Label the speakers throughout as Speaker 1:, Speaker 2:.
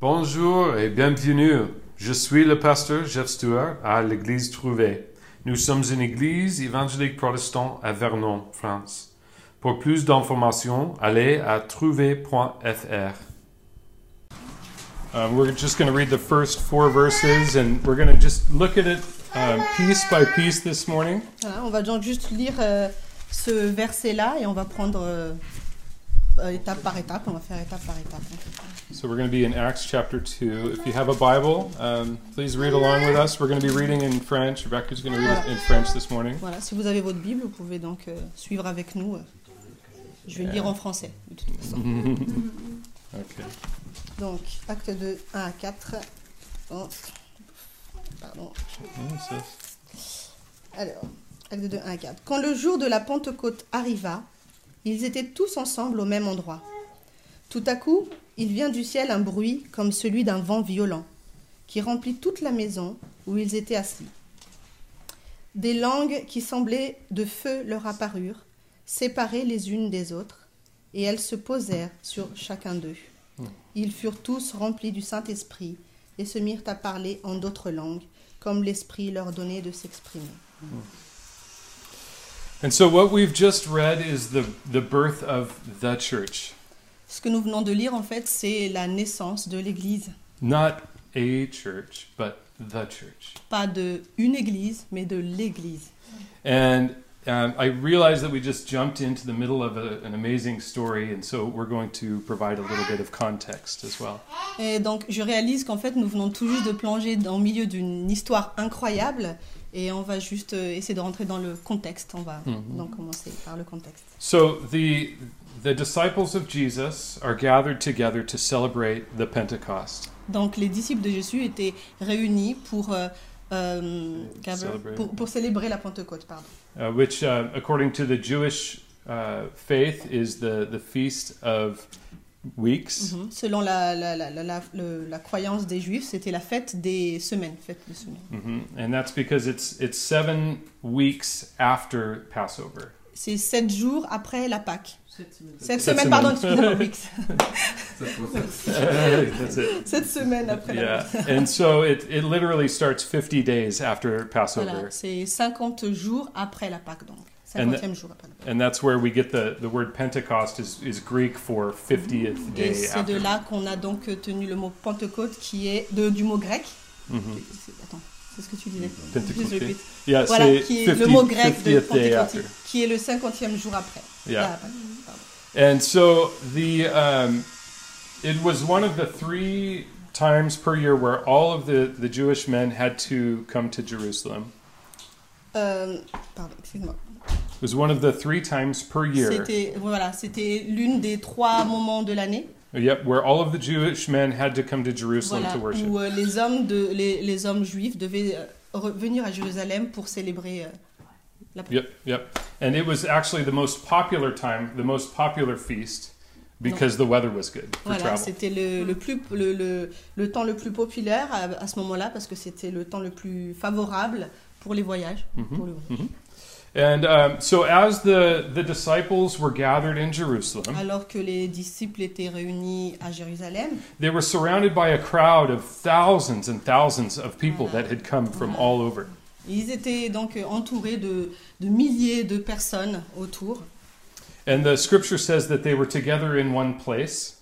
Speaker 1: Bonjour et bienvenue. Je suis le pasteur Jeff Stewart à l'église Trouvé. Nous sommes une église évangélique protestante à Vernon, France. Pour plus d'informations, allez à trouvé.fr. Um, we're just going to read the first four verses and we're going to just look at it um, piece by piece this morning.
Speaker 2: Voilà, on va donc juste lire euh, ce verset-là et on va prendre euh, euh, étape par étape. On va faire étape par étape.
Speaker 1: So we're going to be in Acts chapter 2. If you have a Bible, um, please read along with us. We're going to be reading in French. Rebecca's going to read it in French this morning.
Speaker 2: Voilà, si vous avez votre Bible, vous pouvez donc euh, suivre avec nous. euh. Je vais le lire en français, de toute façon.
Speaker 1: Okay.
Speaker 2: Donc, acte 2, 1 à 4. Bon. Pardon.
Speaker 1: Yes, yes.
Speaker 2: Alors, acte 2, 1 à 4. Quand le jour de la Pentecôte arriva, ils étaient tous ensemble au même endroit. Tout à coup, il vient du ciel un bruit comme celui d'un vent violent, qui remplit toute la maison où ils étaient assis. Des langues qui semblaient de feu leur apparurent, séparées les unes des autres, et elles se posèrent sur chacun d'eux. Ils furent tous remplis du Saint-Esprit et se mirent à parler en d'autres langues, comme l'Esprit leur donnait de s'exprimer.
Speaker 1: And so what we've just read is the, the birth of the church,
Speaker 2: Ce que nous venons de lire, en fait, c'est la naissance de l'Église.
Speaker 1: not a church, but the church.
Speaker 2: Pas de une Église, mais de l'Église.
Speaker 1: And um, I realize that we just jumped into the middle of a, an amazing story, and so we're going to provide a little bit of context as well.
Speaker 2: Et donc, je réalise qu'en fait, nous venons tout juste de plonger dans le milieu d'une histoire incroyable. Et on va juste euh, essayer de rentrer dans le contexte. On va
Speaker 1: Mhm.
Speaker 2: donc commencer par le contexte.
Speaker 1: So the the disciples of Jesus are gathered together to celebrate the Pentecost.
Speaker 2: Donc, les disciples de Jésus étaient réunis pour, euh, euh,
Speaker 1: Célébrer.
Speaker 2: pour, pour célébrer la Pentecôte. Pardon.
Speaker 1: uh, which, uh, according to the Jewish uh, faith, is the, the feast of weeks.
Speaker 2: Mhm. Selon la, la, la, la, la- le- la croyance des Juifs, c'était la fête des semaines, fête de semaines.
Speaker 1: hmm And that's because it's it's seven weeks after Passover.
Speaker 2: C'est sept jours après la Pâque.
Speaker 3: Cette semaine.
Speaker 1: Sept
Speaker 2: Sept, semaines, pardon,
Speaker 1: semaines.
Speaker 2: excusez-moi, Wix.
Speaker 1: that's it.
Speaker 2: Sept semaines après la
Speaker 1: Yeah.
Speaker 2: Pâque.
Speaker 1: And so it, it literally starts 50 days after Passover.
Speaker 2: Voilà, c'est 50 jours après la Pâque, donc.
Speaker 1: And
Speaker 2: 50e jour après la Pâque.
Speaker 1: And that's where we get the, the word Pentecost is, is Greek for 50th
Speaker 2: Et
Speaker 1: day
Speaker 2: c'est de
Speaker 1: after.
Speaker 2: là qu'on a donc tenu le mot Pentecôte, qui est de- du mot grec.
Speaker 1: Mhm.
Speaker 2: C'est- Attends, c'est ce que tu disais.
Speaker 1: Mm. Pentecôte.
Speaker 2: Je répète.
Speaker 1: Yeah,
Speaker 2: Voilà,
Speaker 1: c'est
Speaker 2: qui est
Speaker 1: 50
Speaker 2: le mot grec de
Speaker 1: 50th day after.
Speaker 2: Pentecôte, qui est le 50e jour après.
Speaker 1: Yeah.
Speaker 2: la Pâque. Pardon.
Speaker 1: And so the um, it was one of the three times per year where all of the, the Jewish men had to come to Jerusalem.
Speaker 2: Euh, pardon, excuse-moi.
Speaker 1: It was one of the three times per year.
Speaker 2: C'était voilà, c'était l'une des trois moments de l'année
Speaker 1: Yep, where all of the Jewish men had to come to Jerusalem
Speaker 2: voilà,
Speaker 1: to worship.
Speaker 2: où euh, les hommes de les, les hommes juifs devaient euh, revenir à Jérusalem pour célébrer euh, la Pentecôte.
Speaker 1: Yep, yep. And it was actually the most popular time, the most popular feast, because the weather was good for
Speaker 2: Voilà,
Speaker 1: travel.
Speaker 2: c'était le, le plus le, le- le temps le plus populaire à, à ce moment-là parce que c'était le temps le plus favorable pour les voyages.
Speaker 1: Mhm.
Speaker 2: pour le voyage.
Speaker 1: And um, so as the, the disciples were gathered in Jerusalem,
Speaker 2: Alors que les disciples étaient réunis à Jérusalem,
Speaker 1: They were surrounded by a crowd of thousands and thousands of people that
Speaker 2: Mm-hmm.
Speaker 1: had come from all over.
Speaker 2: ils étaient donc entourés de, de milliers de personnes autour.
Speaker 1: And the scripture says that they were together in one place.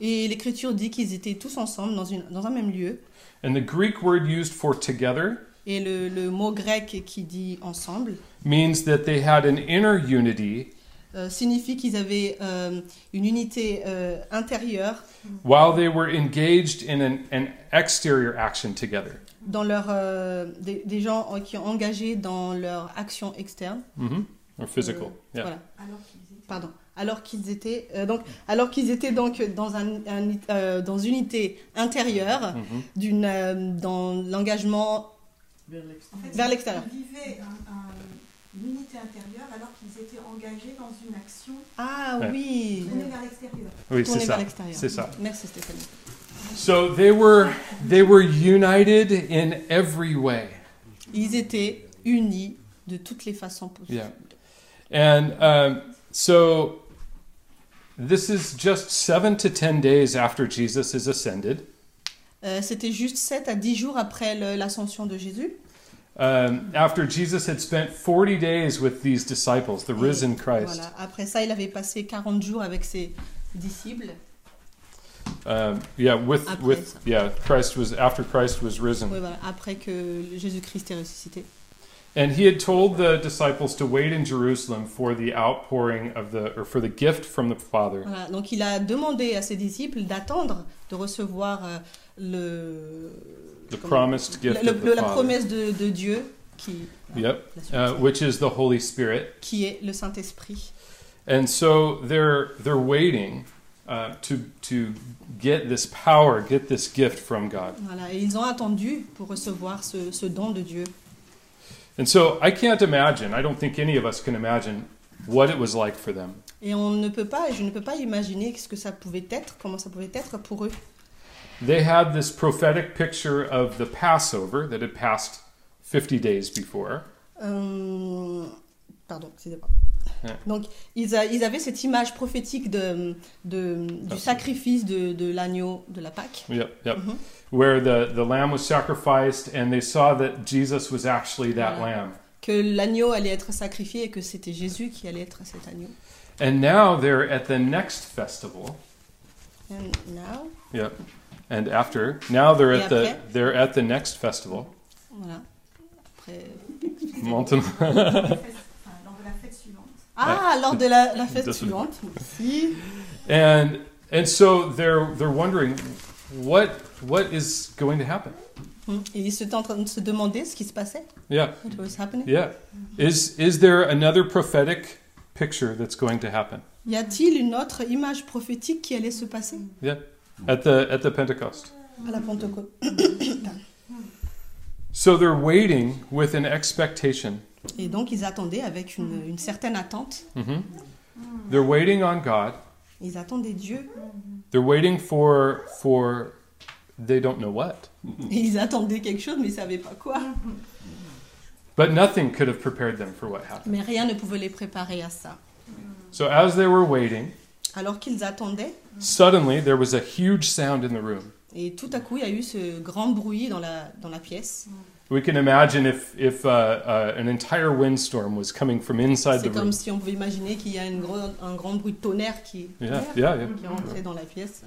Speaker 2: Et l'Écriture dit qu'ils étaient tous ensemble dans, une, dans un même lieu.
Speaker 1: And the Greek word used for together
Speaker 2: Et le, le mot grec qui dit ensemble
Speaker 1: means that they had an inner unity
Speaker 2: euh, signifie qu'ils avaient euh, une unité euh, intérieure
Speaker 1: while they were engaged in an, an exterior action together.
Speaker 2: dans leur euh, des, des gens euh, qui ont engagé dans leur action externe.
Speaker 1: hmm Or physical. Yeah.
Speaker 2: Mm-hmm. Voilà.
Speaker 3: Alors qu'ils étaient.
Speaker 2: Pardon. Alors qu'ils étaient euh, donc alors qu'ils étaient donc dans un, un- euh, dans une unité intérieure
Speaker 1: Mhm.
Speaker 2: d'une euh, dans l'engagement
Speaker 3: Vers l'extérieur.
Speaker 4: En fait,
Speaker 2: Vers l'extérieur.
Speaker 4: Ils vivaient un- un- une unité intérieure alors qu'ils étaient engagés dans une action
Speaker 2: ah
Speaker 1: Ouais.
Speaker 2: oui
Speaker 4: tournée vers l'extérieur.
Speaker 1: Oui, c'est
Speaker 2: tournée vers
Speaker 1: ça.
Speaker 2: l'extérieur.
Speaker 1: C'est ça.
Speaker 2: Merci Stéphanie.
Speaker 1: So they were they were united in every way.
Speaker 2: Ils étaient unis de toutes les façons possibles.
Speaker 1: Yeah. And um, so this is just seven to ten days after Jesus is ascended.
Speaker 2: Euh, C'était juste 7 à 10 jours après le- l'ascension de Jésus.
Speaker 1: Um, after Jesus had spent 40 days with these disciples, the risen Christ,
Speaker 2: Voilà. Après ça, il avait passé 40 jours avec ses disciples.
Speaker 1: um, yeah, with
Speaker 2: Après
Speaker 1: with
Speaker 2: ça.
Speaker 1: yeah, Christ was after Christ was risen,
Speaker 2: Oui, voilà, Après que Jésus-Christ est ressuscité.
Speaker 1: and he had told the disciples to wait in Jerusalem for the outpouring of the or for the gift from the Father.
Speaker 2: Voilà, donc il a demandé à ses disciples d'attendre, de recevoir euh, le,
Speaker 1: The
Speaker 2: comment-
Speaker 1: promised gift
Speaker 2: le-
Speaker 1: of
Speaker 2: le-
Speaker 1: the
Speaker 2: la
Speaker 1: Father.
Speaker 2: promesse de, de Dieu qui,
Speaker 1: Yep,
Speaker 2: la
Speaker 1: uh,
Speaker 2: solution,
Speaker 1: which is the Holy Spirit.
Speaker 2: qui est le Saint-Esprit.
Speaker 1: And so they're they're waiting uh, to to get this power, get this gift from God.
Speaker 2: Voilà, et ils ont attendu pour recevoir ce, ce don de Dieu.
Speaker 1: And so I can't imagine. I don't think any of us can imagine what it was like for them.
Speaker 2: Et on ne peut pas, je ne peux pas imaginer ce que ça pouvait être, comment ça pouvait être pour eux.
Speaker 1: They had this prophetic picture of the Passover that had passed 50 days before.
Speaker 2: Euh, pardon, excusez-moi.
Speaker 1: Ouais.
Speaker 2: Donc, ils, a- ils avaient cette image prophétique de, de- du
Speaker 1: Merci.
Speaker 2: sacrifice de, de l'agneau de la Pâque.
Speaker 1: Yep, yep.
Speaker 2: Mhm.
Speaker 1: Where the, the lamb was sacrificed and they saw that Jesus was actually that
Speaker 2: Yeah.
Speaker 1: lamb.
Speaker 2: que l'agneau allait être sacrifié et que c'était Jésus qui allait être cet agneau.
Speaker 1: And now they're at the next festival.
Speaker 2: And now,
Speaker 1: Yep. And after, now they're at the
Speaker 2: Après.
Speaker 1: they're at the next festival.
Speaker 2: voilà. Après-
Speaker 1: Mountain.
Speaker 4: Enfin, lors de la fête suivante.
Speaker 2: Ah, lors de la, la fête
Speaker 1: Désolé.
Speaker 2: suivante, merci.
Speaker 1: And and so they're they're wondering what what is going to happen.
Speaker 2: Et ils étaient en train de se demander ce qui se passait.
Speaker 1: Yeah.
Speaker 2: What was happening.
Speaker 1: Yeah. Is is there another prophetic picture that's going to happen?
Speaker 2: Y a-t-il une autre image prophétique qui allait se passer
Speaker 1: Yeah. At the at the Pentecost.
Speaker 2: à la Pentecôte
Speaker 1: So they're waiting with an expectation.
Speaker 2: Et donc, ils attendaient avec une, une certaine attente.
Speaker 1: hmm They're waiting on God.
Speaker 2: Ils attendaient Dieu
Speaker 1: They're waiting for for they don't know what.
Speaker 2: et ils attendaient quelque chose, mais ils ne savaient pas quoi.
Speaker 1: But nothing could have prepared them for what happened.
Speaker 2: Mais rien ne pouvait les préparer à ça.
Speaker 1: So as they were waiting,
Speaker 2: Alors qu'ils attendaient,
Speaker 1: suddenly there was a huge sound in the room.
Speaker 2: et tout à coup, il y a eu ce grand bruit dans la, dans la pièce.
Speaker 1: We can imagine if if uh, uh, an entire windstorm was coming from inside the
Speaker 2: C'est
Speaker 1: room.
Speaker 2: comme si on pouvait imaginer qu'il y a une gro- un grand bruit de tonnerre qui,
Speaker 1: Yeah, yeah, yeah.
Speaker 2: qui est rentré dans la pièce.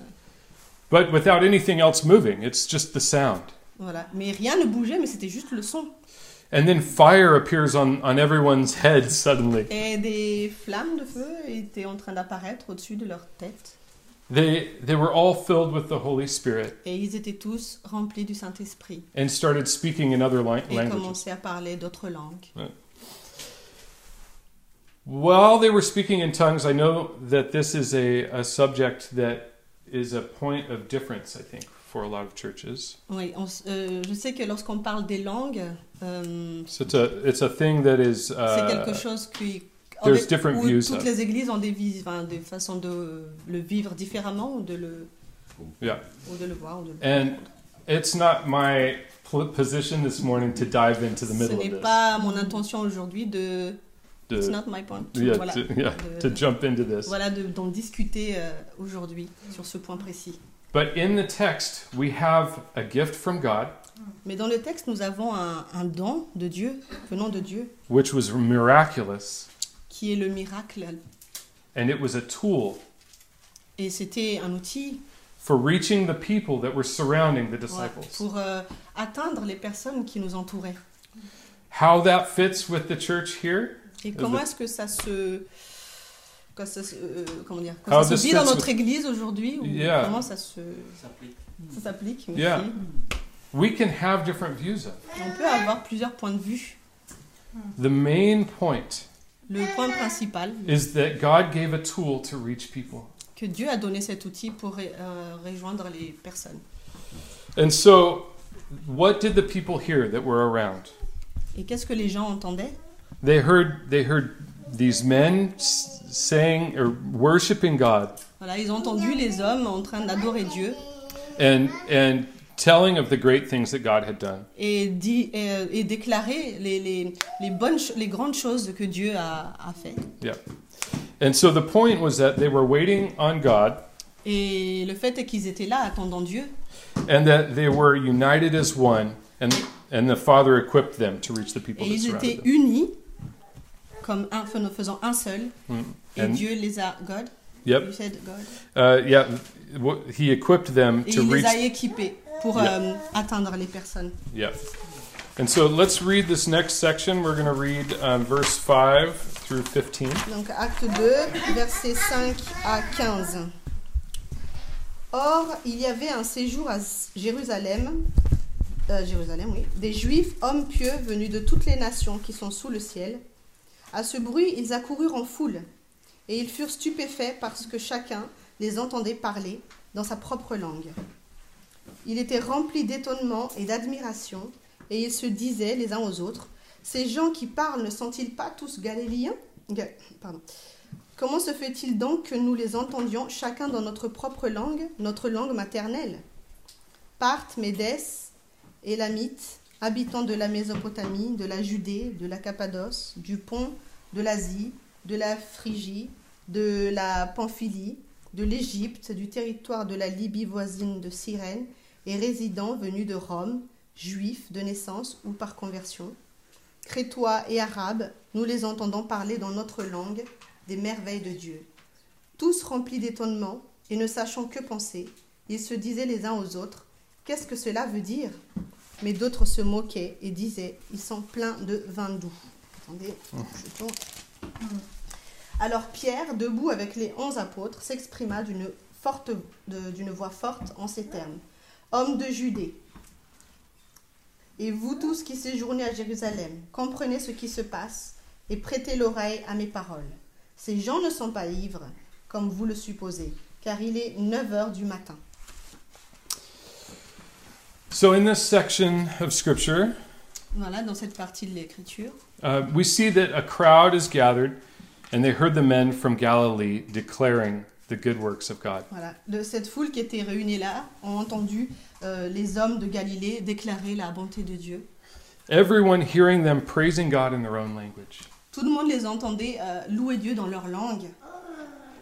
Speaker 1: But without anything else moving, it's just the sound.
Speaker 2: Voilà. Mais rien ne bougeait, mais c'était juste le son.
Speaker 1: And then fire appears on, on everyone's head suddenly.
Speaker 2: Et des flammes de feu étaient en train d'apparaître au-dessus de leur tête.
Speaker 1: They they were all filled with the Holy Spirit
Speaker 2: Et ils étaient tous remplis du Saint-Esprit.
Speaker 1: and started speaking in other lang-
Speaker 2: Et
Speaker 1: languages.
Speaker 2: commençaient à parler d'autres langues.
Speaker 1: While they were speaking in tongues, I know that this is a, a subject that is a point of difference, I think, for a lot of churches.
Speaker 2: Oui, on s- euh, je sais que lorsqu'on parle des langues, euh,
Speaker 1: So it's a it's a thing that is
Speaker 2: c'est quelque
Speaker 1: uh,
Speaker 2: chose qui... en
Speaker 1: there's
Speaker 2: fait,
Speaker 1: different
Speaker 2: où
Speaker 1: views hein. of-
Speaker 2: toutes les églises ont des, vis- enfin, des façons de le vivre différemment ou de le,
Speaker 1: yeah,
Speaker 2: ou de le voir. Ou de le...
Speaker 1: and it's not my pl- position this morning to dive into the
Speaker 2: Ce
Speaker 1: middle of
Speaker 2: n'est
Speaker 1: this.
Speaker 2: pas mon intention aujourd'hui de.
Speaker 1: to-
Speaker 2: It's not my point.
Speaker 1: yeah,
Speaker 2: voilà,
Speaker 1: to, yeah,
Speaker 2: de-
Speaker 1: to jump into this.
Speaker 2: voilà de- d'en discuter euh, aujourd'hui sur ce point précis.
Speaker 1: But in the text, we have a gift from God,
Speaker 2: Mais dans le texte, nous avons un, un don de Dieu, venant de Dieu,
Speaker 1: which was miraculous,
Speaker 2: qui est le miracle.
Speaker 1: and it was a tool
Speaker 2: Et c'était un outil
Speaker 1: for reaching the people that were surrounding the
Speaker 2: voilà,
Speaker 1: disciples.
Speaker 2: pour euh, atteindre les personnes qui nous entouraient.
Speaker 1: How that fits with the church here?
Speaker 2: Et comment est-ce que ça se. que ça se- euh, comment dire que
Speaker 1: How
Speaker 2: ça se
Speaker 1: this
Speaker 2: vit dans
Speaker 1: fits
Speaker 2: notre église aujourd'hui ou
Speaker 1: Yeah.
Speaker 2: Comment ça se. Ça s'applique. merci.
Speaker 1: Yeah. We can have different views of. it.
Speaker 2: On peut avoir plusieurs points de vue.
Speaker 1: The main point
Speaker 2: Le point principal,
Speaker 1: is that God gave a tool to reach people.
Speaker 2: que Dieu a donné cet outil pour ré- euh, rejoindre les personnes.
Speaker 1: And so, what did the people hear that were around?
Speaker 2: Et qu'est-ce que les gens entendaient
Speaker 1: They heard they heard these men s- saying or worshiping God
Speaker 2: Voilà, ils ont entendu les hommes en train d'adorer Dieu
Speaker 1: and and telling of the great things that God had done.
Speaker 2: et, dit, et, euh, et déclarer les, les, les bonnes, cho- les grandes choses que Dieu a, a fait.
Speaker 1: Yeah. And so the point was that they were waiting on God
Speaker 2: Et le fait est qu'ils étaient là attendant Dieu
Speaker 1: and that they were united as one, and, and the Father equipped them to reach the people
Speaker 2: Et
Speaker 1: that
Speaker 2: ils étaient
Speaker 1: surrounded them.
Speaker 2: unis, comme un, faisant un seul. Et
Speaker 1: And-
Speaker 2: Dieu les a, God,
Speaker 1: Yep.
Speaker 2: you said God.
Speaker 1: Uh, yeah. wh- He equipped them
Speaker 2: Et
Speaker 1: to
Speaker 2: il les
Speaker 1: reach.
Speaker 2: a équipés pour
Speaker 1: Yeah.
Speaker 2: euh, atteindre les personnes.
Speaker 1: Yep. And so let's read this next section. We're going to read um, verse 5 through 15.
Speaker 2: Donc acte 2, versets 5 à 15. Or, il y avait un séjour à S- Jérusalem, euh, Jérusalem, oui, des Juifs, hommes pieux, venus de toutes les nations qui sont sous le ciel. À ce bruit, ils accoururent en foule, et ils furent stupéfaits parce que chacun les entendait parler dans sa propre langue. Il était rempli d'étonnement et d'admiration, et ils se disaient les uns aux autres, Ces gens qui parlent ne sont-ils pas tous galiléens Ga- Pardon. Comment se fait-il donc que nous les entendions chacun dans notre propre langue, notre langue maternelle Parthes, Médès, Élamites, habitants de la Mésopotamie, de la Judée, de la Cappadoce, du Pont, de l'Asie, de la Phrygie, de la Pamphylie, de l'Égypte, du territoire de la Libye voisine de Cyrène, et résidents venus de Rome, juifs de naissance ou par conversion, crétois et arabes, nous les entendons parler dans notre langue des merveilles de Dieu. Tous remplis d'étonnement et ne sachant que penser, ils se disaient les uns aux autres Qu'est-ce que cela veut dire Mais d'autres se moquaient et disaient Ils sont pleins de vin doux. Attendez, je tourne. Alors Pierre, debout avec les onze apôtres, s'exprima d'une forte- de- d'une voix forte en ces termes Homme de Judée, et vous tous qui séjournez à Jérusalem, comprenez ce qui se passe et prêtez l'oreille à mes paroles. Ces gens ne sont pas ivres, comme vous le supposez, car il est 9 heures du matin.
Speaker 1: So, in this section of Scripture,
Speaker 2: Voilà, dans cette partie de l'écriture,
Speaker 1: uh, we see that a crowd is gathered, and they heard the men from Galilee declaring the good works of God.
Speaker 2: voilà, de cette foule qui était réunie là, ont entendu euh, les hommes de Galilée déclarer la bonté de Dieu.
Speaker 1: Everyone hearing them praising God in their own language.
Speaker 2: Tout le monde les entendait euh, louer Dieu dans leur langue.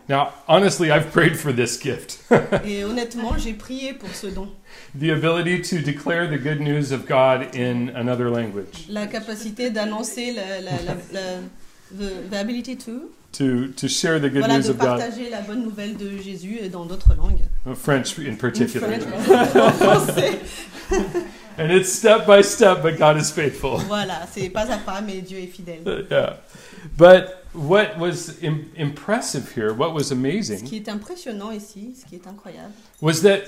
Speaker 1: Now, honestly, I've prayed for this gift
Speaker 2: Et honnêtement, j'ai prié pour ce don,
Speaker 1: the ability to declare the good news of God in another language,
Speaker 2: la capacité d'annoncer la, la, la, la- the- the ability to,
Speaker 1: to, to share the good
Speaker 2: voilà,
Speaker 1: news
Speaker 2: de
Speaker 1: of God,
Speaker 2: partager la bonne nouvelle de Jésus et dans d'autres langues.
Speaker 1: uh, French in
Speaker 2: Une
Speaker 1: particular.
Speaker 2: fenêtre en français.
Speaker 1: And it's step by step, but God is faithful.
Speaker 2: Voilà, c'est pas à pas, mais Dieu est fidèle.
Speaker 1: yeah. But what was Im- impressive here, what was
Speaker 2: Ce
Speaker 1: amazing,
Speaker 2: qui est impressionnant ici, ce qui est incroyable,
Speaker 1: was that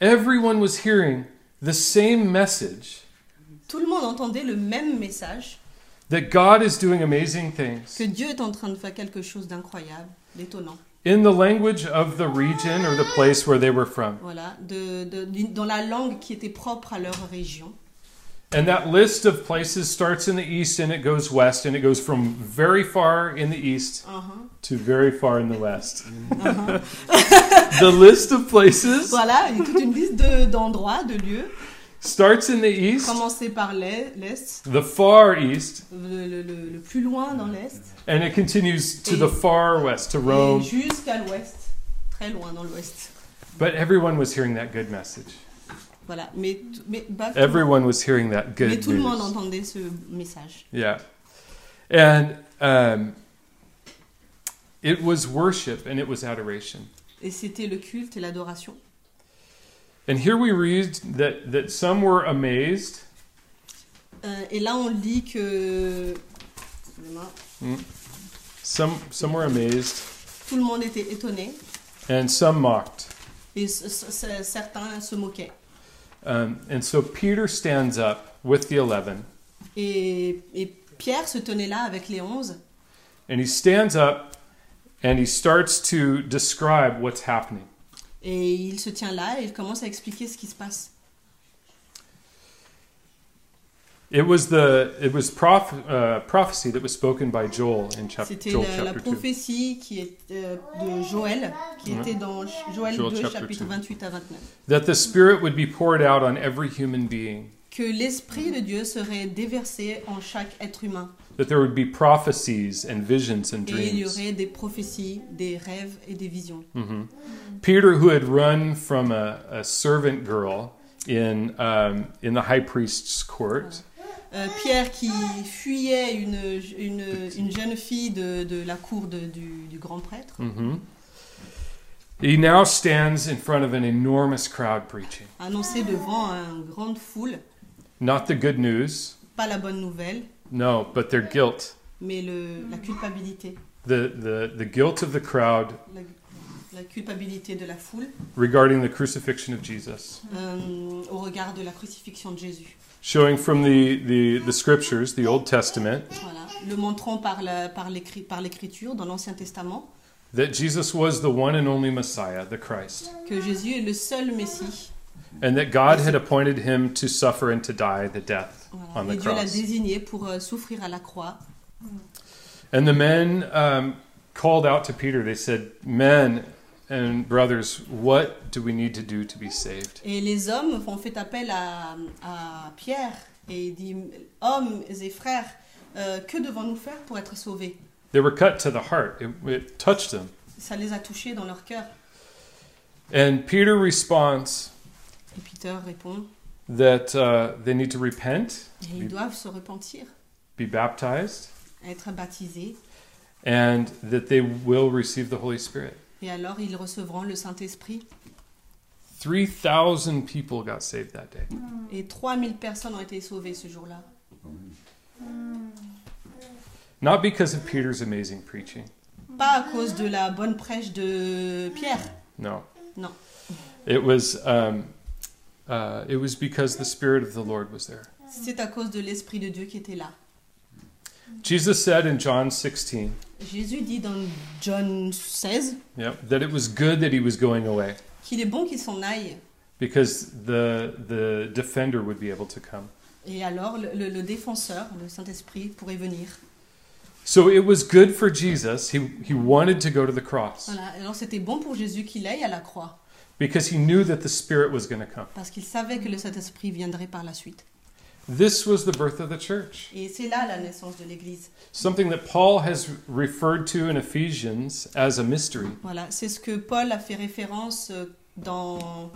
Speaker 1: everyone was hearing the same message
Speaker 2: tout le monde entendait le même message
Speaker 1: that God is doing amazing things
Speaker 2: que Dieu est en train de faire quelque chose d'incroyable, d'étonnant.
Speaker 1: in the language of the region or the place where they were from.
Speaker 2: Voilà, de, de- d'une- dans la langue qui était propre à leur région.
Speaker 1: And that list of places starts in the east and it goes west, and it goes from very far in the east
Speaker 2: Uh-huh,
Speaker 1: to very far in the west.
Speaker 2: uh-huh.
Speaker 1: the list of places
Speaker 2: Voilà, il y a toute une liste de- d'endroits, de lieux.
Speaker 1: starts in the east,
Speaker 2: Commencer par l'est, l'est,
Speaker 1: the far east,
Speaker 2: le, le- le- le plus loin dans l'est,
Speaker 1: and it continues to the far west, to
Speaker 2: et
Speaker 1: Rome.
Speaker 2: jusqu'à l'ouest, très loin dans l'ouest.
Speaker 1: But everyone was hearing that good message.
Speaker 2: Voilà, mais, tout- mais, bah, tout-
Speaker 1: Everyone was hearing that
Speaker 2: mais
Speaker 1: good
Speaker 2: tout le monde
Speaker 1: news.
Speaker 2: entendait ce message.
Speaker 1: Yeah. And um, it was worship and it was adoration.
Speaker 2: Et c'était le culte et l'adoration.
Speaker 1: And here we read that, that some were amazed
Speaker 2: Euh, et là, on lit que Excusez-moi.
Speaker 1: Some some were amazed
Speaker 2: tout le monde était étonné
Speaker 1: and some mocked.
Speaker 2: et c- c- c- certains se moquaient.
Speaker 1: Um, and so Peter stands up with the eleven,
Speaker 2: Et, et Pierre se tenait là avec les onze
Speaker 1: and he stands up and he starts to describe what's happening.
Speaker 2: et il se tient là et il commence à expliquer ce qui se passe.
Speaker 1: It was the it was prof, uh, prophecy that was spoken by Joel in chap-
Speaker 2: C'était
Speaker 1: Joel
Speaker 2: la, la
Speaker 1: chapter two.
Speaker 2: prophétie qui est, euh, de Joël, qui
Speaker 1: Ouais.
Speaker 2: était dans Ch- Joël
Speaker 1: Joel
Speaker 2: 2,
Speaker 1: chapter
Speaker 2: chapitre
Speaker 1: two.
Speaker 2: 28 à 29.
Speaker 1: That the Spirit would be poured out on every human being,
Speaker 2: que l'Esprit de Dieu serait déversé en chaque être humain.
Speaker 1: that there would be prophecies and visions and
Speaker 2: Et il y
Speaker 1: dreams.
Speaker 2: aurait des prophéties, des rêves et des visions.
Speaker 1: Peter, who had run from a, a servant girl in um, in the high priest's court,
Speaker 2: Euh, Pierre qui fuyait une, une, une jeune fille de, de la cour de- du, du grand prêtre,
Speaker 1: mhm, he now stands in front of an enormous crowd preaching.
Speaker 2: annonçait devant une grande foule,
Speaker 1: Not the good news,
Speaker 2: pas la bonne nouvelle,
Speaker 1: no, but their guilt,
Speaker 2: mais le, la culpabilité.
Speaker 1: the the the guilt of the crowd
Speaker 2: La, la culpabilité de la foule
Speaker 1: regarding the crucifixion of Jesus.
Speaker 2: euh, au regard de la crucifixion de Jésus.
Speaker 1: showing from the, the, the scriptures, the Old Testament,
Speaker 2: Voilà. Le montrant par la- par l'écri- par l'écriture dans l'Ancien Testament
Speaker 1: that Jesus was the one and only Messiah, the Christ,
Speaker 2: que Jésus est le seul Messie.
Speaker 1: and that God had appointed him to suffer and to die the death
Speaker 2: Voilà.
Speaker 1: on the
Speaker 2: Et Dieu l'a
Speaker 1: cross.
Speaker 2: désigné pour euh, souffrir à la croix.
Speaker 1: And the men um, called out to Peter. They said, Men and brothers, what do we need to do to be saved?
Speaker 2: Et les hommes ont fait appel à, à Pierre et il dit Hommes et frères, euh, que devons-nous faire pour être sauvés
Speaker 1: They were cut to the heart, it, it touched them.
Speaker 2: Ça les a touchés dans leur cœur.
Speaker 1: And Peter responds
Speaker 2: Et Peter répond
Speaker 1: that uh, they need to repent,
Speaker 2: Et ils doivent se repentir,
Speaker 1: be baptized,
Speaker 2: être baptisés,
Speaker 1: and that they will receive the Holy Spirit.
Speaker 2: et alors ils recevront le Saint-Esprit.
Speaker 1: 3,000 people got saved that day.
Speaker 2: Et 3000 personnes ont été sauvées ce jour-là.
Speaker 1: Not because of Peter's amazing preaching.
Speaker 2: Pas à cause de la bonne prêche de Pierre.
Speaker 1: No.
Speaker 2: No.
Speaker 1: It was, um, uh, it was because the Spirit of the Lord was there.
Speaker 2: C'est à cause de l'Esprit de Dieu qui était là.
Speaker 1: Jesus said in John 16,
Speaker 2: Jésus dit dans John 16
Speaker 1: yep, that it was good that he was going away
Speaker 2: qu'il est bon qu'il s'en aille.
Speaker 1: because the, the defender would be able to come.
Speaker 2: Et alors le, le- le défenseur, le Saint-Esprit, pourrait venir.
Speaker 1: So it was good for Jesus. He, he wanted to go to the cross
Speaker 2: Voilà. Alors c'était bon pour Jésus qu'il aille à la croix,
Speaker 1: because he knew that the Spirit was going to come.
Speaker 2: parce qu'il savait que le Saint-Esprit viendrait par la suite.
Speaker 1: This was the birth of the church.
Speaker 2: Et c'est là la naissance de l'Église.
Speaker 1: Something that Paul has referred to in Ephesians as a mystery.
Speaker 2: Voilà, c'est ce que Paul a fait référence euh, dans,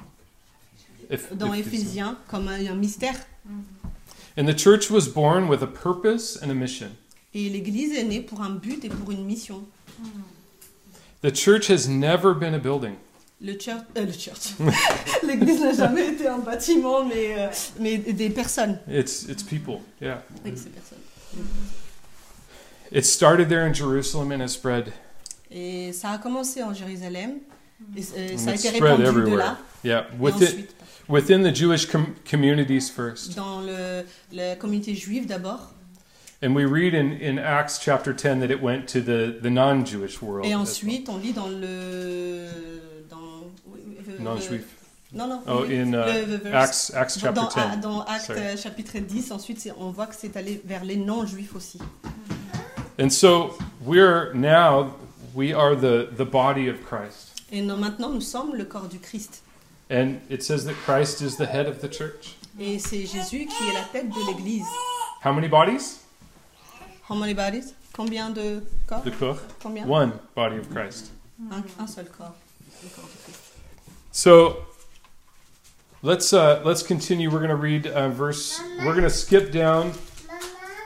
Speaker 1: Eph- Ephesians.
Speaker 2: dans Éphésiens comme un, un mystère.
Speaker 1: And the church was born with a purpose and a mission.
Speaker 2: Et l'Église est née pour un but et pour une mission.
Speaker 1: The church has never been a building.
Speaker 2: Le church, euh, le church. L'église n'a jamais été un bâtiment, mais, euh, mais des personnes.
Speaker 1: It's it's people. Yeah.
Speaker 2: Oui, c'est personnes.
Speaker 1: It started there in Jerusalem and has spread.
Speaker 2: Et ça a commencé en Jérusalem. Et, euh,
Speaker 1: And
Speaker 2: ça a
Speaker 1: it's
Speaker 2: été
Speaker 1: spread
Speaker 2: répandu de
Speaker 1: everywhere.
Speaker 2: là.
Speaker 1: Yeah.
Speaker 2: et
Speaker 1: Within
Speaker 2: ensuite,
Speaker 1: within the Jewish com- communities first.
Speaker 2: dans le, la communauté juive d'abord.
Speaker 1: And we read in, in Acts chapter ten that it went to the, the non Jewish world. as
Speaker 2: Et
Speaker 1: well.
Speaker 2: ensuite, on lit dans le. Dans, oui, oui, euh,
Speaker 1: Non-juif.
Speaker 2: Non, non.
Speaker 1: Oh,
Speaker 2: oui,
Speaker 1: in
Speaker 2: le-
Speaker 1: uh,
Speaker 2: the verse.
Speaker 1: Acts Acts chapter
Speaker 2: dans,
Speaker 1: ten.
Speaker 2: dans Actes
Speaker 1: Sorry.
Speaker 2: euh, chapitre 10, ensuite c'est- on voit que c'est allé vers les non-juifs aussi.
Speaker 1: And so we're now we are the, the body of Christ.
Speaker 2: Et non- maintenant nous sommes le corps du Christ.
Speaker 1: And it says that Christ is the head of the church.
Speaker 2: Et c'est Jésus qui est la tête de l'Église.
Speaker 1: How many bodies?
Speaker 2: How many bodies? Combien de corps
Speaker 1: The Koch.
Speaker 2: Combien
Speaker 1: One body of Christ.
Speaker 2: un, un seul corps. Le corps du Christ.
Speaker 1: So let's uh, let's continue. We're going to read uh, verse. We're going to skip down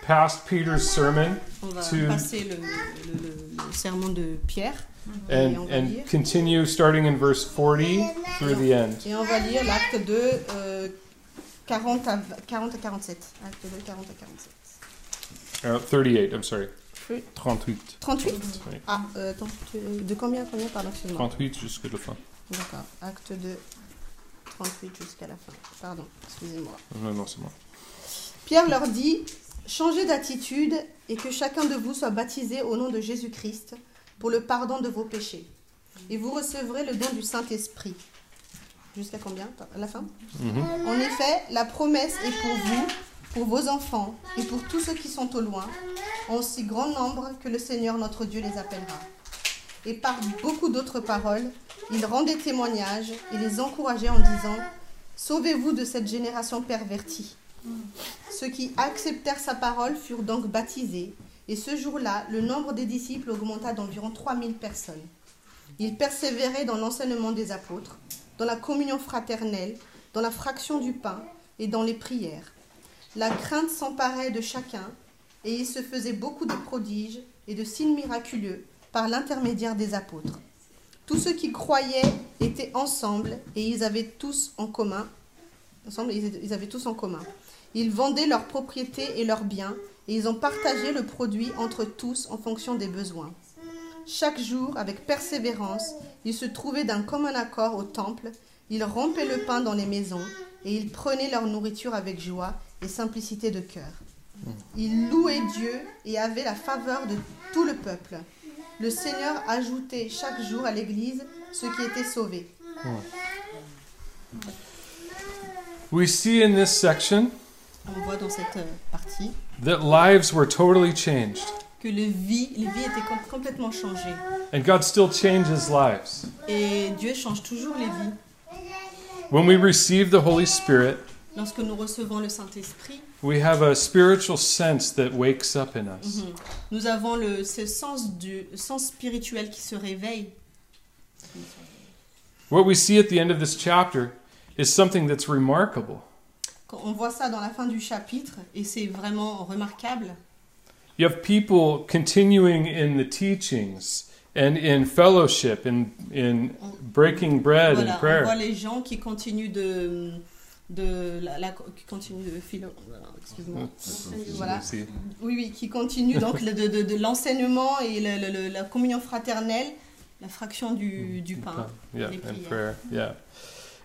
Speaker 1: past Peter's sermon
Speaker 2: On va
Speaker 1: To-
Speaker 2: passer le, le- le- le sermon de Pierre
Speaker 1: and and continue starting in verse forty through the end.
Speaker 2: et on va lire l'acte de euh, 40, à, 40 à 47. Acte de 40 à 47.
Speaker 1: Uh, Thirty-eight. I'm sorry.
Speaker 2: Oui.
Speaker 1: Trente-huit.
Speaker 2: 38
Speaker 1: Oui.
Speaker 2: Ah, euh, attends, tu- de combien à combien Pardon, excuse-moi.
Speaker 1: Trente-huit jusqu'à la fin.
Speaker 2: D'accord, acte de 38 jusqu'à la fin. Pardon, excusez-moi.
Speaker 1: Non, non, c'est moi.
Speaker 2: Pierre leur dit Changez d'attitude et que chacun de vous soit baptisé au nom de Jésus-Christ pour le pardon de vos péchés. Et vous recevrez le don du Saint-Esprit. Jusqu'à combien À la fin
Speaker 1: Mhm.
Speaker 2: En effet, la promesse est pour vous, pour vos enfants et pour tous ceux qui sont au loin, en si grand nombre que le Seigneur notre Dieu les appellera. Et par beaucoup d'autres paroles, il rendait témoignage et les encourageait en disant Sauvez-vous de cette génération pervertie. Ceux qui acceptèrent sa parole furent donc baptisés, et ce jour-là, le nombre des disciples augmenta d'environ 3000 personnes. Ils persévéraient dans l'enseignement des apôtres, dans la communion fraternelle, dans la fraction du pain et dans les prières. La crainte s'emparait de chacun, et il se faisait beaucoup de prodiges et de signes miraculeux par l'intermédiaire des apôtres. Tous ceux qui croyaient étaient ensemble, et ils avaient tous en commun. Ensemble, ils étaient- ils avaient tous en commun. Ils vendaient leurs propriétés et leurs biens, et ils ont partagé le produit entre tous en fonction des besoins. Chaque jour, avec persévérance, ils se trouvaient d'un commun accord au temple, ils rompaient le pain dans les maisons, et ils prenaient leur nourriture avec joie et simplicité de cœur. Ils louaient Dieu et avaient la faveur de tout le peuple. Le Seigneur ajoutait chaque jour à l'Église ceux qui étaient sauvés.
Speaker 1: We see in this section
Speaker 2: On voit dans cette euh, partie
Speaker 1: that lives were totally changed,
Speaker 2: que les vies, les vies étaient com- complètement changées.
Speaker 1: and God still changes lives.
Speaker 2: Et Dieu change toujours les vies.
Speaker 1: When we receive the Holy Spirit,
Speaker 2: Lorsque nous recevons le Saint-Esprit,
Speaker 1: we have a spiritual sense that wakes up in us.
Speaker 2: nous avons le, ce sens, du, sens spirituel qui se réveille.
Speaker 1: What we see at the end of this chapter is something that's remarkable.
Speaker 2: Quand on voit ça dans la fin du chapitre, et c'est vraiment remarquable.
Speaker 1: You have people continuing in the teachings and in fellowship and in breaking bread
Speaker 2: Voilà,
Speaker 1: and
Speaker 2: on voit
Speaker 1: prayer.
Speaker 2: les gens qui continuent de, de la, la- qui continuent de philo- excuse-moi. Voilà.
Speaker 1: See.
Speaker 2: Oui, oui, qui continuent donc le- de, de- de l'enseignement et le- le- le- la communion fraternelle, la fraction du, Mm, du pain.
Speaker 1: Yeah,
Speaker 2: Les
Speaker 1: and
Speaker 2: prières.
Speaker 1: prayer. Yeah.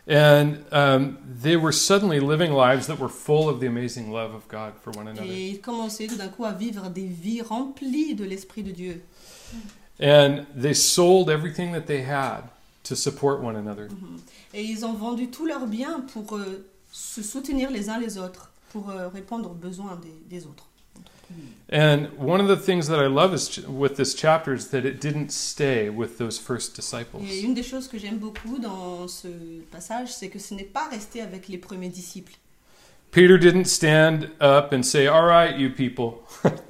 Speaker 1: And um, they were suddenly living lives that were full of the amazing love of God for one another.
Speaker 2: Et ils commençaient tout d'un coup à vivre des vies remplies de l'Esprit de Dieu.
Speaker 1: And they sold everything that they had to support one another.
Speaker 2: Mhm. Et ils ont vendu tous leurs biens pour euh, se soutenir les uns les autres, pour euh, répondre aux besoins des, des autres.
Speaker 1: And one of the things that I love is ch- with this chapter is that it didn't stay with those first
Speaker 2: Et
Speaker 1: disciples.
Speaker 2: une des choses que j'aime beaucoup dans ce passage, c'est que ce n'est pas resté avec les premiers disciples.
Speaker 1: Peter didn't stand up and say, "All right, you people,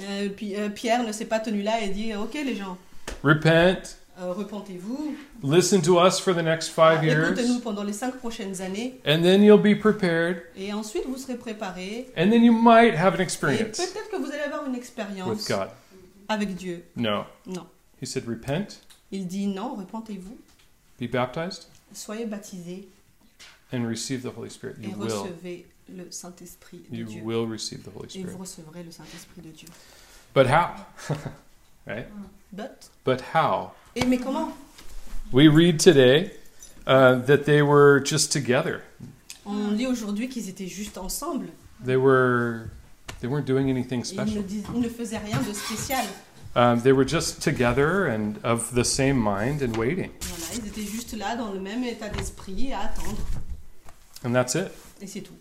Speaker 2: Euh, puis, euh, Pierre ne s'est pas tenu là et dit Ok, les gens,
Speaker 1: repent,
Speaker 2: euh, repentez-vous,
Speaker 1: listen to us for the next 5
Speaker 2: écoutez-nous
Speaker 1: years,
Speaker 2: pendant les cinq prochaines années,
Speaker 1: and then you'll be prepared,
Speaker 2: et ensuite vous serez préparés.
Speaker 1: and then you might have an
Speaker 2: Et
Speaker 1: experience
Speaker 2: peut-être que vous allez avoir une
Speaker 1: with
Speaker 2: expérience
Speaker 1: God."
Speaker 2: avec Dieu.
Speaker 1: No.
Speaker 2: Non.
Speaker 1: He said, "Repent,
Speaker 2: Il dit Non, repentez-vous,
Speaker 1: be baptized,
Speaker 2: soyez baptisés
Speaker 1: and receive the Holy Spirit.
Speaker 2: et
Speaker 1: You will.
Speaker 2: recevez le Saint-Esprit de
Speaker 1: You
Speaker 2: Dieu.
Speaker 1: will receive the Holy
Speaker 2: Et vous
Speaker 1: Spirit."
Speaker 2: recevrez le Saint-Esprit de Dieu.
Speaker 1: But how? right?
Speaker 2: But,
Speaker 1: But how?
Speaker 2: et mais comment
Speaker 1: We read today uh, that they were just together.
Speaker 2: On lit aujourd'hui qu'ils étaient juste ensemble.
Speaker 1: They were they weren't doing anything
Speaker 2: Et ils ne,
Speaker 1: special.
Speaker 2: dis- ils ne faisaient rien de spécial.
Speaker 1: Um, they were just together and of the same mind and waiting,
Speaker 2: Voilà, ils étaient juste là dans le même état d'esprit à attendre.
Speaker 1: and that's it.
Speaker 2: Et c'est tout.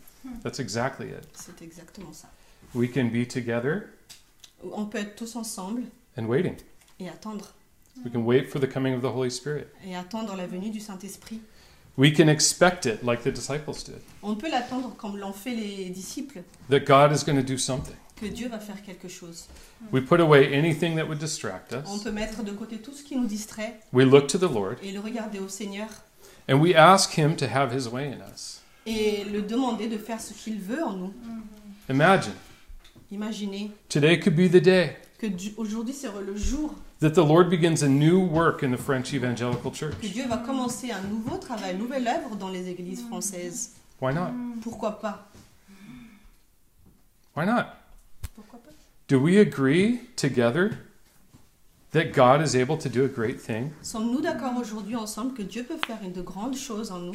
Speaker 1: That's exactly it.
Speaker 2: C'est exactement ça.
Speaker 1: We can be together
Speaker 2: On peut être tous ensemble
Speaker 1: and waiting.
Speaker 2: et attendre.
Speaker 1: We can wait for the coming of the Holy Spirit.
Speaker 2: Et attendre la venue du Saint-Esprit.
Speaker 1: We can expect it like the disciples did.
Speaker 2: On peut l'attendre comme l'ont fait les disciples,
Speaker 1: That God is going to do something.
Speaker 2: que Dieu va faire quelque chose.
Speaker 1: We put away anything that would distract
Speaker 2: On
Speaker 1: us.
Speaker 2: peut mettre de côté tout ce qui nous distrait
Speaker 1: We look to the Lord
Speaker 2: et le regarder au Seigneur
Speaker 1: and we ask Him to have His way in us.
Speaker 2: et le demander de faire ce qu'il veut en nous.
Speaker 1: Imagine
Speaker 2: Imaginez
Speaker 1: today could be the day
Speaker 2: que du- aujourd'hui c'est le jour
Speaker 1: that the Lord begins a new work in the French evangelical
Speaker 2: que
Speaker 1: church.
Speaker 2: Dieu va commencer un nouveau travail, une nouvelle œuvre dans les églises françaises.
Speaker 1: Why not?
Speaker 2: Pourquoi pas
Speaker 1: Why not?
Speaker 2: Pourquoi pas
Speaker 1: Do we agree together that God is able to do a great thing?
Speaker 2: Sommes-nous d'accord aujourd'hui ensemble que Dieu peut faire une de grandes choses en nous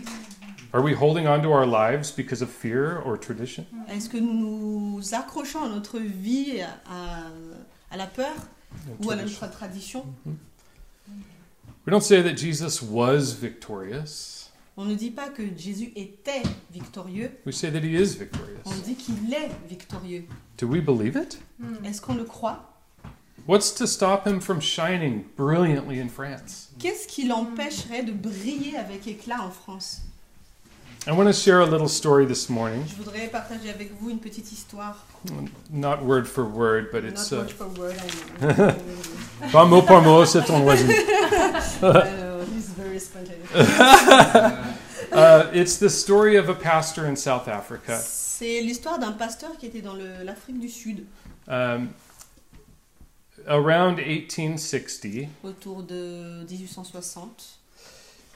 Speaker 1: Are we holding on to our lives because of fear or tradition?
Speaker 2: Est-ce que nous nous accrochons à notre vie, à, à la peur ou à notre tradition
Speaker 1: We don't say that Jesus was victorious.
Speaker 2: On ne dit pas que Jésus était victorieux,
Speaker 1: We say that he is
Speaker 2: on
Speaker 1: victorious.
Speaker 2: dit qu'il est victorieux.
Speaker 1: Do we believe it?
Speaker 2: Est-ce qu'on le croit
Speaker 1: What's to stop him from shining brilliantly in France?
Speaker 2: Qu'est-ce qui l'empêcherait de briller avec éclat en France
Speaker 1: I want to share a little story this morning.
Speaker 2: Je voudrais partager avec vous une petite histoire.
Speaker 1: Not word for word, but it's
Speaker 2: Not
Speaker 1: uh,
Speaker 2: word for word, I know.
Speaker 1: pas mot par mot, c'est ton voisin.
Speaker 2: I know, he's Uh, very spontaneous.
Speaker 1: Uh, it's the story of a pastor in South Africa.
Speaker 2: C'est l'histoire d'un pasteur qui était dans le- l'Afrique du Sud
Speaker 1: Um, around 1860,
Speaker 2: autour de 1860.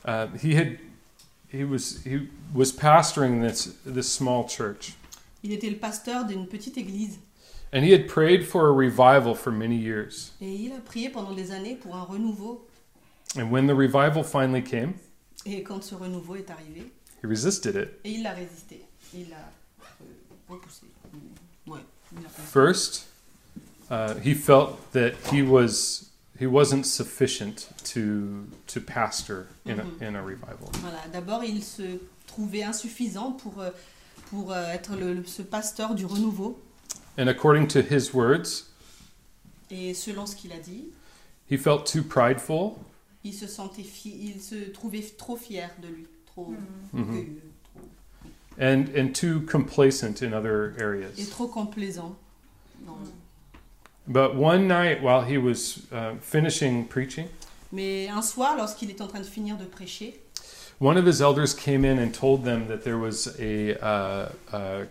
Speaker 1: uh, he had he was he was pastoring this this small church,
Speaker 2: Il était le pasteur d'une petite église
Speaker 1: and he had prayed for a revival for many years.
Speaker 2: et il a prié pendant des années pour un renouveau.
Speaker 1: And when the revival finally came,
Speaker 2: Et quand ce renouveau est arrivé,
Speaker 1: he resisted it.
Speaker 2: et il a résisté, il l'a euh, repoussé. Ouais, il l'a repoussé.
Speaker 1: First, uh, he felt that he was he wasn't sufficient to to pastor in
Speaker 2: Mhm.
Speaker 1: a, in a revival.
Speaker 2: Voilà, d'abord il se trouvait insuffisant pour, euh, pour euh, être le, le- ce pasteur du renouveau.
Speaker 1: And according to his words,
Speaker 2: Et selon ce qu'il a dit,
Speaker 1: he felt too prideful
Speaker 2: il se sentait fi- il se trouvait trop fier de lui, trop
Speaker 4: Mm. Mmh.
Speaker 1: Mhm.
Speaker 2: orgueilleux, trop-
Speaker 1: and and too complacent in other
Speaker 2: et
Speaker 1: areas.
Speaker 2: trop complaisant. Non.
Speaker 1: But one night while he was uh, finishing preaching,
Speaker 2: Mais un soir, lorsqu'il est en train de finir de prêcher,
Speaker 1: one of his elders came in and told them that there was a uh, a,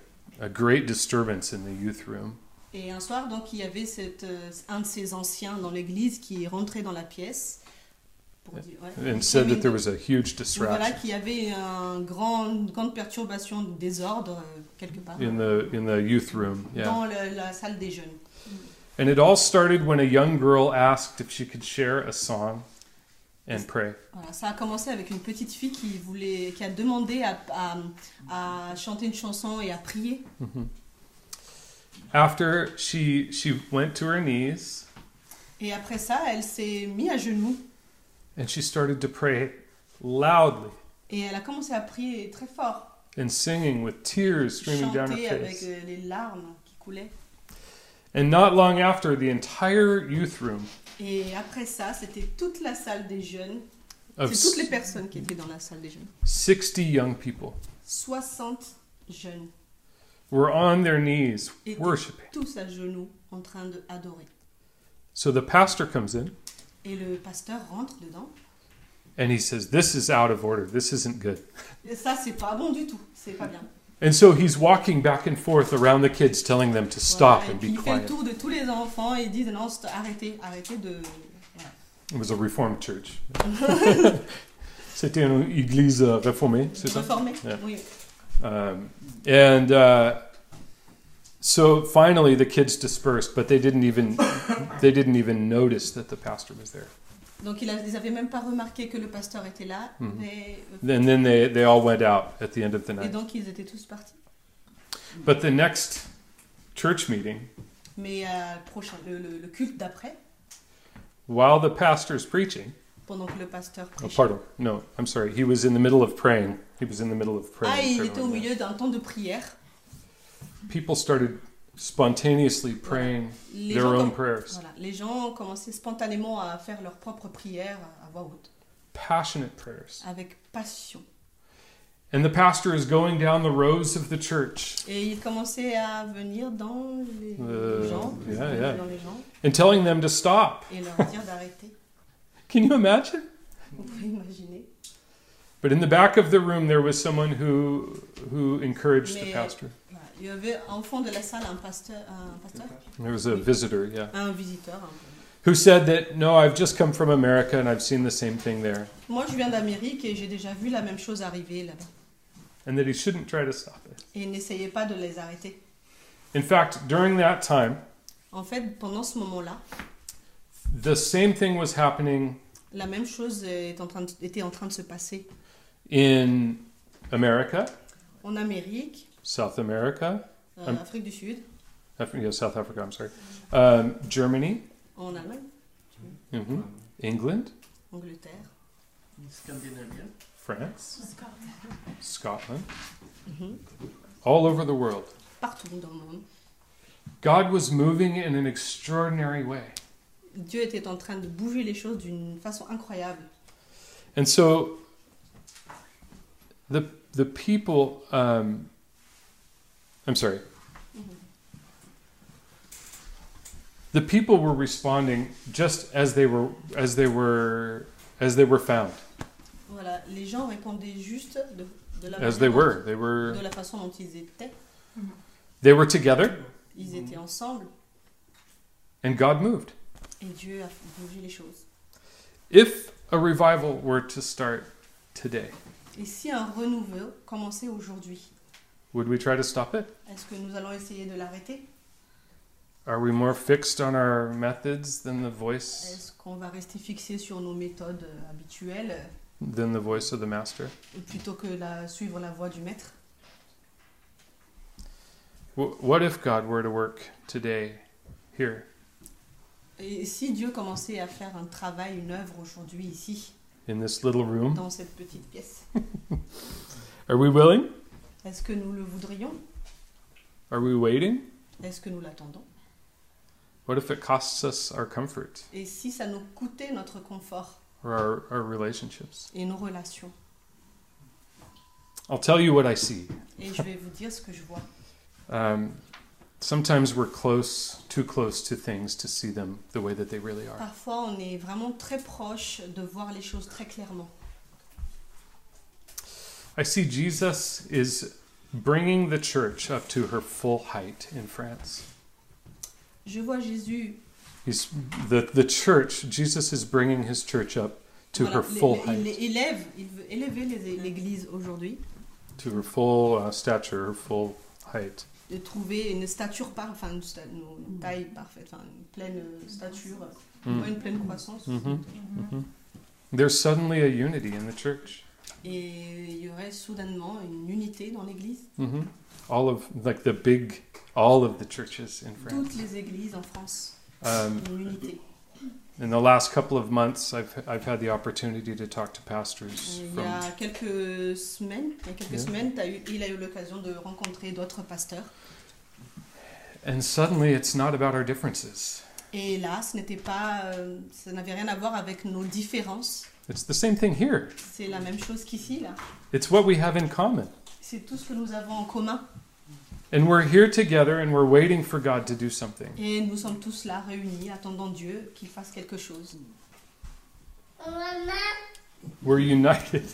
Speaker 1: a great disturbance in the youth room.
Speaker 2: et un soir donc il y avait cette, euh, un de ses anciens dans l'église qui est rentré dans la pièce pour dire, ouais,
Speaker 1: And
Speaker 2: qui
Speaker 1: said
Speaker 2: avait
Speaker 1: that there
Speaker 2: une-
Speaker 1: was a huge
Speaker 2: donc voilà
Speaker 1: distraction
Speaker 2: qu'il y avait un grand, une grande perturbation, un désordre euh, quelque part
Speaker 1: in the in the youth room. Yeah.
Speaker 2: dans le- la salle des jeunes.
Speaker 1: And it all started when a young girl asked if she could share a song and pray.
Speaker 2: Voilà, ça a commencé avec une petite fille qui voulait, qui a demandé à, à- à chanter une chanson et à prier.
Speaker 1: Mm-hmm. After she she went to her knees
Speaker 2: Et après ça, elle s'est mise à genoux
Speaker 1: and she started to pray loudly
Speaker 2: et elle a commencé à prier très fort,
Speaker 1: and singing with tears streaming down her
Speaker 2: chanter avec
Speaker 1: face.
Speaker 2: euh, les larmes qui coulaient.
Speaker 1: And not long after, the entire youth room
Speaker 2: Et après ça, c'était toute la salle des jeunes,
Speaker 1: of
Speaker 2: c'est toutes les personnes qui étaient dans la salle des jeunes.
Speaker 1: 60 young people
Speaker 2: 60 jeunes,
Speaker 1: were on their knees
Speaker 2: It-
Speaker 1: worshiping.
Speaker 2: tous à genoux, en train de adorer.
Speaker 1: So the pastor comes in
Speaker 2: Et le pasteur rentre dedans.
Speaker 1: and he says, This is out of order. This isn't good.
Speaker 2: Et ça, c'est pas bon du tout, c'est pas bien.
Speaker 1: And so he's walking back and forth around the kids, telling them to stop
Speaker 2: Voilà, et
Speaker 1: and
Speaker 2: puis
Speaker 1: be
Speaker 2: il fait le
Speaker 1: quiet.
Speaker 2: tour de tous les enfants et ils disent non, st- arrêtez, arrêtez de.
Speaker 1: It was a reformed church. C'était une église euh, réformée, c'est ça?
Speaker 2: Reformer.
Speaker 1: Yeah.
Speaker 2: Oui.
Speaker 1: Um, and uh, so finally, the kids dispersed, but they didn't even they didn't even notice that the pastor was there.
Speaker 2: Donc il a- ils n'avaient même pas remarqué que le pasteur était là.
Speaker 1: Mhm.
Speaker 2: mais- euh,
Speaker 1: And then they they all went out at the end of the
Speaker 2: et
Speaker 1: night.
Speaker 2: donc ils étaient tous partis.
Speaker 1: But the next church meeting,
Speaker 2: Mais euh, prochain, le, le- le culte d'après,
Speaker 1: while the pastor's preaching,
Speaker 2: pendant que le pasteur
Speaker 1: oh,
Speaker 2: prêchait.
Speaker 1: pardon, no, I'm sorry, he was in the middle of praying. He was in the middle of praying.
Speaker 2: ah, il
Speaker 1: for
Speaker 2: était au
Speaker 1: everyone.
Speaker 2: milieu d'un temps de prière.
Speaker 1: People started spontaneously praying
Speaker 2: Les
Speaker 1: their
Speaker 2: gens,
Speaker 1: own
Speaker 2: com-
Speaker 1: prayers,
Speaker 2: voilà, les gens commençaient spontanément à faire leur propre prière à voix haute,
Speaker 1: passionate prayers.
Speaker 2: avec passion.
Speaker 1: And the pastor is going down the rows of the church
Speaker 2: Et ils commençaient à venir dans les,
Speaker 1: Euh,
Speaker 2: gens,
Speaker 1: yeah, yeah.
Speaker 2: dans les gens
Speaker 1: and telling them to stop.
Speaker 2: et leur dire d'arrêter.
Speaker 1: Can you imagine?
Speaker 2: Vous pouvez imaginer.
Speaker 1: But in the back of the room, there was someone who who encouraged the
Speaker 2: Mais-
Speaker 1: pastor.
Speaker 2: Voilà. Il y avait en fond de la salle un pasteur, un, pasteur
Speaker 1: There was a visitor, yeah,
Speaker 2: un visiteur. un peu.
Speaker 1: who said that no, I've just come from America and I've seen the same thing there,
Speaker 2: Moi, je viens d'Amérique et j'ai déjà vu la même chose arriver là-bas.
Speaker 1: and that he shouldn't try to stop it.
Speaker 2: Et n'essayez pas de les arrêter.
Speaker 1: In fact, during that time,
Speaker 2: En fait, pendant ce moment-là,
Speaker 1: the same thing was happening
Speaker 2: la même chose est en train de- était en train de se passer
Speaker 1: in America,
Speaker 2: en Amérique,
Speaker 1: South America,
Speaker 2: euh,
Speaker 1: Am-
Speaker 2: Afrique du Sud,
Speaker 1: Af- yeah, South Africa. I'm sorry, um, Germany,
Speaker 2: en Allemagne,
Speaker 1: mhm, England,
Speaker 2: Angleterre,
Speaker 5: Scandinavian.
Speaker 1: France,
Speaker 4: Scott.
Speaker 1: Scotland,
Speaker 2: Mhm.
Speaker 1: all over the world.
Speaker 2: partout dans le monde.
Speaker 1: God was moving in an extraordinary way.
Speaker 2: Dieu était en train de bouger les choses d'une façon incroyable.
Speaker 1: And so the the people, um, I'm sorry, Mm-hmm. the people were responding just as they were as they were as they were found,
Speaker 2: Voilà, les gens répondaient juste de, de la
Speaker 1: as they
Speaker 2: manière
Speaker 1: were. They
Speaker 2: dont- de
Speaker 1: were
Speaker 2: la façon dont ils étaient.
Speaker 1: they were together,
Speaker 2: Ils
Speaker 1: Mm-hmm.
Speaker 2: étaient ensemble
Speaker 1: and God moved.
Speaker 2: et Dieu a bougé les choses.
Speaker 1: If a revival were to start today,
Speaker 2: Et si un renouveau commençait aujourd'hui,
Speaker 1: would we try to stop it?
Speaker 2: est-ce que nous allons essayer de l'arrêter
Speaker 1: Are we more fixed on our methods than the voice
Speaker 2: Est-ce qu'on va rester fixé sur nos méthodes euh, habituelles
Speaker 1: than the voice of the master?
Speaker 2: euh, plutôt que la, suivre la voie du maître
Speaker 1: Wh- What if God were to work today here
Speaker 2: Et si Dieu commençait à faire un travail, une œuvre aujourd'hui ici,
Speaker 1: in this little room?
Speaker 2: dans cette petite pièce
Speaker 1: Are we willing?
Speaker 2: Est-ce que nous le voudrions
Speaker 1: Are we waiting?
Speaker 2: Est-ce que nous l'attendons
Speaker 1: What if it costs us our comfort
Speaker 2: Et si ça nous coûtait notre confort
Speaker 1: or our, our relationships?
Speaker 2: et nos relations
Speaker 1: I'll tell you what I see.
Speaker 2: Et je vais vous dire ce que je vois.
Speaker 1: Um, sometimes we're close, too close to things to see them the way that they really are.
Speaker 2: Parfois, on est vraiment très proche de voir les choses très clairement.
Speaker 1: I see Jesus is bringing the church up to her full height in France.
Speaker 2: Je vois Jésus,
Speaker 1: He's the the church. Jesus is bringing his church up to
Speaker 2: voilà,
Speaker 1: her
Speaker 2: les-
Speaker 1: full
Speaker 2: les-
Speaker 1: height,
Speaker 2: il les élève, il veut élever les- l'Église aujourd'hui,
Speaker 1: to her full uh, stature, her full height.
Speaker 2: de trouver une stature, par, enfin une, sta- une taille parfaite, enfin une
Speaker 3: Mmh.
Speaker 2: pleine euh, stature,
Speaker 1: Mm.
Speaker 2: pas une pleine croissance.
Speaker 4: Mm-hmm.
Speaker 1: Mhm.
Speaker 3: Mmh.
Speaker 1: There's suddenly a unity in the church.
Speaker 2: Et il y aurait soudainement une unité dans l'Église.
Speaker 1: hmm All of like the big, all of the churches in
Speaker 2: Toutes
Speaker 1: France.
Speaker 2: les Églises en France,
Speaker 1: Um,
Speaker 2: une unité.
Speaker 1: in the last couple of months, I've I've had the opportunity to talk to pastors
Speaker 2: Euh, Il y
Speaker 1: from
Speaker 2: a quelques semaines, il y a quelques
Speaker 1: Yeah.
Speaker 2: semaines t'as eu- il a eu l'occasion de rencontrer d'autres pasteurs.
Speaker 1: And suddenly it's not about our differences.
Speaker 2: Et là, ce n'était pas, euh, ça n'avait rien à voir avec nos différences.
Speaker 1: It's the same thing here.
Speaker 2: C'est la même chose qu'ici, là.
Speaker 1: It's what we have in common.
Speaker 2: C'est tout ce que nous avons en commun.
Speaker 1: And we're here together and we're waiting for God to do something.
Speaker 2: Et nous sommes tous là, réunis, attendant Dieu qu'il fasse quelque chose.
Speaker 1: We're united.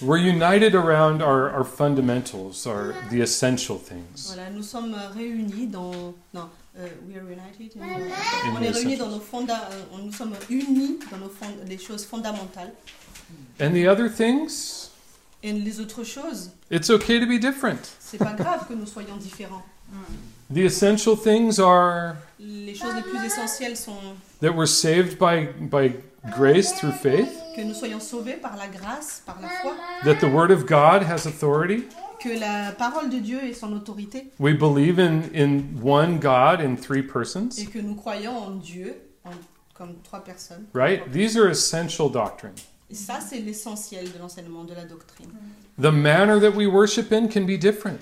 Speaker 1: we're united around our, our fundamentals, our the essential things.
Speaker 2: Voilà, nous sommes réunis dans... Non, euh, we are united. in-
Speaker 1: In
Speaker 2: on
Speaker 1: the
Speaker 2: est réunis
Speaker 1: essentials.
Speaker 2: dans nos fonda... euh, Nous sommes unis dans nos fond- les choses fondamentales.
Speaker 1: And the other things,
Speaker 2: Et les autres choses,
Speaker 1: it's okay to be different.
Speaker 2: c'est pas grave que nous soyons différents.
Speaker 1: The essential things are
Speaker 2: Les choses les plus essentielles sont
Speaker 1: that we're saved by by grace through faith,
Speaker 2: que nous soyons sauvés par la grâce, par la foi,
Speaker 1: that the word of God has authority.
Speaker 2: que la parole de Dieu et son autorité.
Speaker 1: We believe in in one God in three persons.
Speaker 2: et que nous croyons en Dieu en- comme trois personnes.
Speaker 1: Right? These are essential doctrine.
Speaker 2: Et ça, c'est l'essentiel de l'enseignement de la doctrine.
Speaker 1: The manner that we worship in can be different.